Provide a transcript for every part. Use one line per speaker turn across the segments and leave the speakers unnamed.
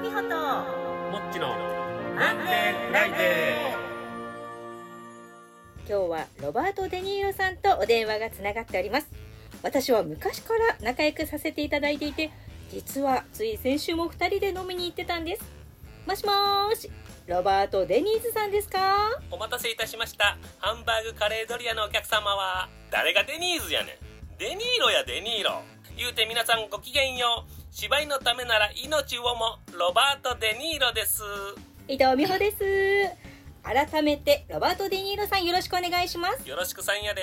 美穂と
もっちの
安全ライデ
今日はロバート・デ・ニーロさんとお電話がつながっております私は昔から仲良くさせていただいていて実はつい先週も2人で飲みに行ってたんですもしもーしロバート・デニーズさんですか
お待たせいたしましたハンバーグカレードリアのお客様は誰がデニーズやねんデニーロやデニーロ言うて皆さんごきげんよう芝居のためなら命をもロバート・デ・ニーロです
伊藤美穂です改めてロバート・デ・ニーロさんよろしくお願いします
よろしくさんやで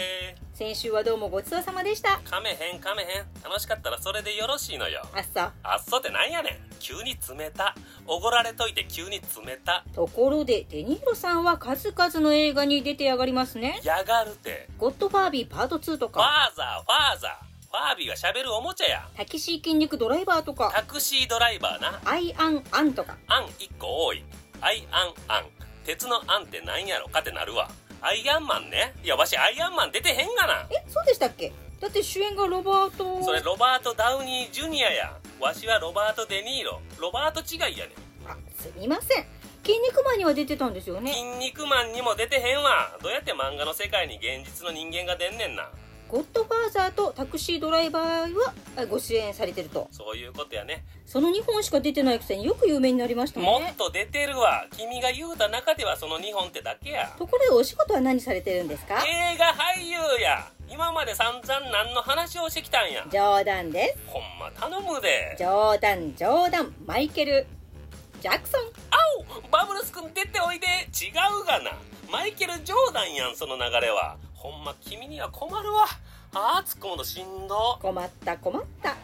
先週はどうもごちそうさまでした
かめへんかめへん楽しかったらそれでよろしいのよ
あっさ
あっそってなんやねん急に冷たおごられといて急に冷た
ところでデ・ニーロさんは数々の映画に出てやがりますね
やがるて
ゴッドファービーパート2と
ファ
か
ーザーファーザーファービーはしゃべるおもちゃや
タキシー筋肉ドライバーとか
タクシードライバーな
アイアンアンとか
あん1個多いアイアンアン鉄のあんってなんやろかってなるわアイアンマンねいやわしアイアンマン出てへんがな
えそうでしたっけだって主演がロバート
それロバート・ダウニー・ジュニアやわしはロバート・デ・ニーロロバート違いやね
あすみません筋肉マンには出てたんですよね
筋肉マンにも出てへんわどうやって漫画の世界に現実の人間が出んねんな
ゴッドファーザーとタクシードライバーはあご主演されてると
そういうことやね
その2本しか出てないくせによく有名になりました
も
ね
っと出てるわ君が言うた中ではその2本ってだけや
ところでお仕事は何されてるんですか
映画俳優や今まで散々何の話をしてきたんや
冗談で
ほんま頼むです
冗談冗談マイケル・ジャクソン
青バブルス君出ておいで違うがなマイケル・ジョーダンやんその流れはほんま君には困るわあー突っ込むのしんど
困った困った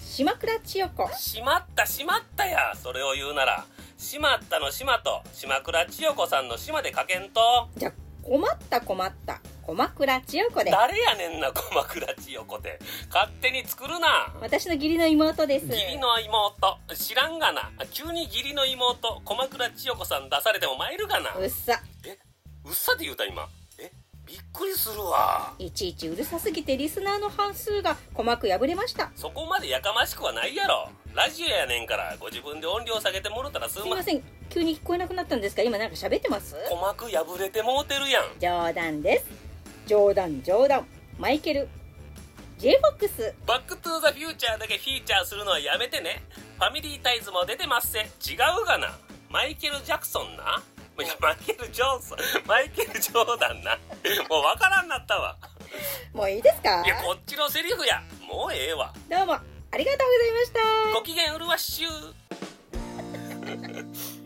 島倉千代子
しまったしまったやそれを言うならしまったの島と島倉千代子さんの島でかけんと
じゃ困った困った駒倉千代子です
誰やねんな駒倉千代子って勝手に作るな
私の義理の妹です
義理の妹知らんがな急に義理の妹駒倉千代子さん出されても参るがな
うっさ
えうっさで言うた今えびっくりするわ
いちいちうるさすぎてリスナーの半数が鼓膜破れました
そこまでやかましくはないやろラジオやねんからご自分で音量下げてもろたらす
す
ん
い
ま
ません急に聞こえなくなったんですが今なんか喋ってます
鼓膜破れてもうてるやん
冗談です冗談冗談マイケル j フォックス
バックトゥザフューチャーだけフィーチャーするのはやめてねファミリータイズも出てますせ違うがなマイケル・ジャクソンないやマイケル・ジョンソンマイケル・ジョーダンなもうわからんなったわ
もういいですか
いやこっちのセリフやもうええわ
どうもありがとうございました
ご機嫌うるわっしゅう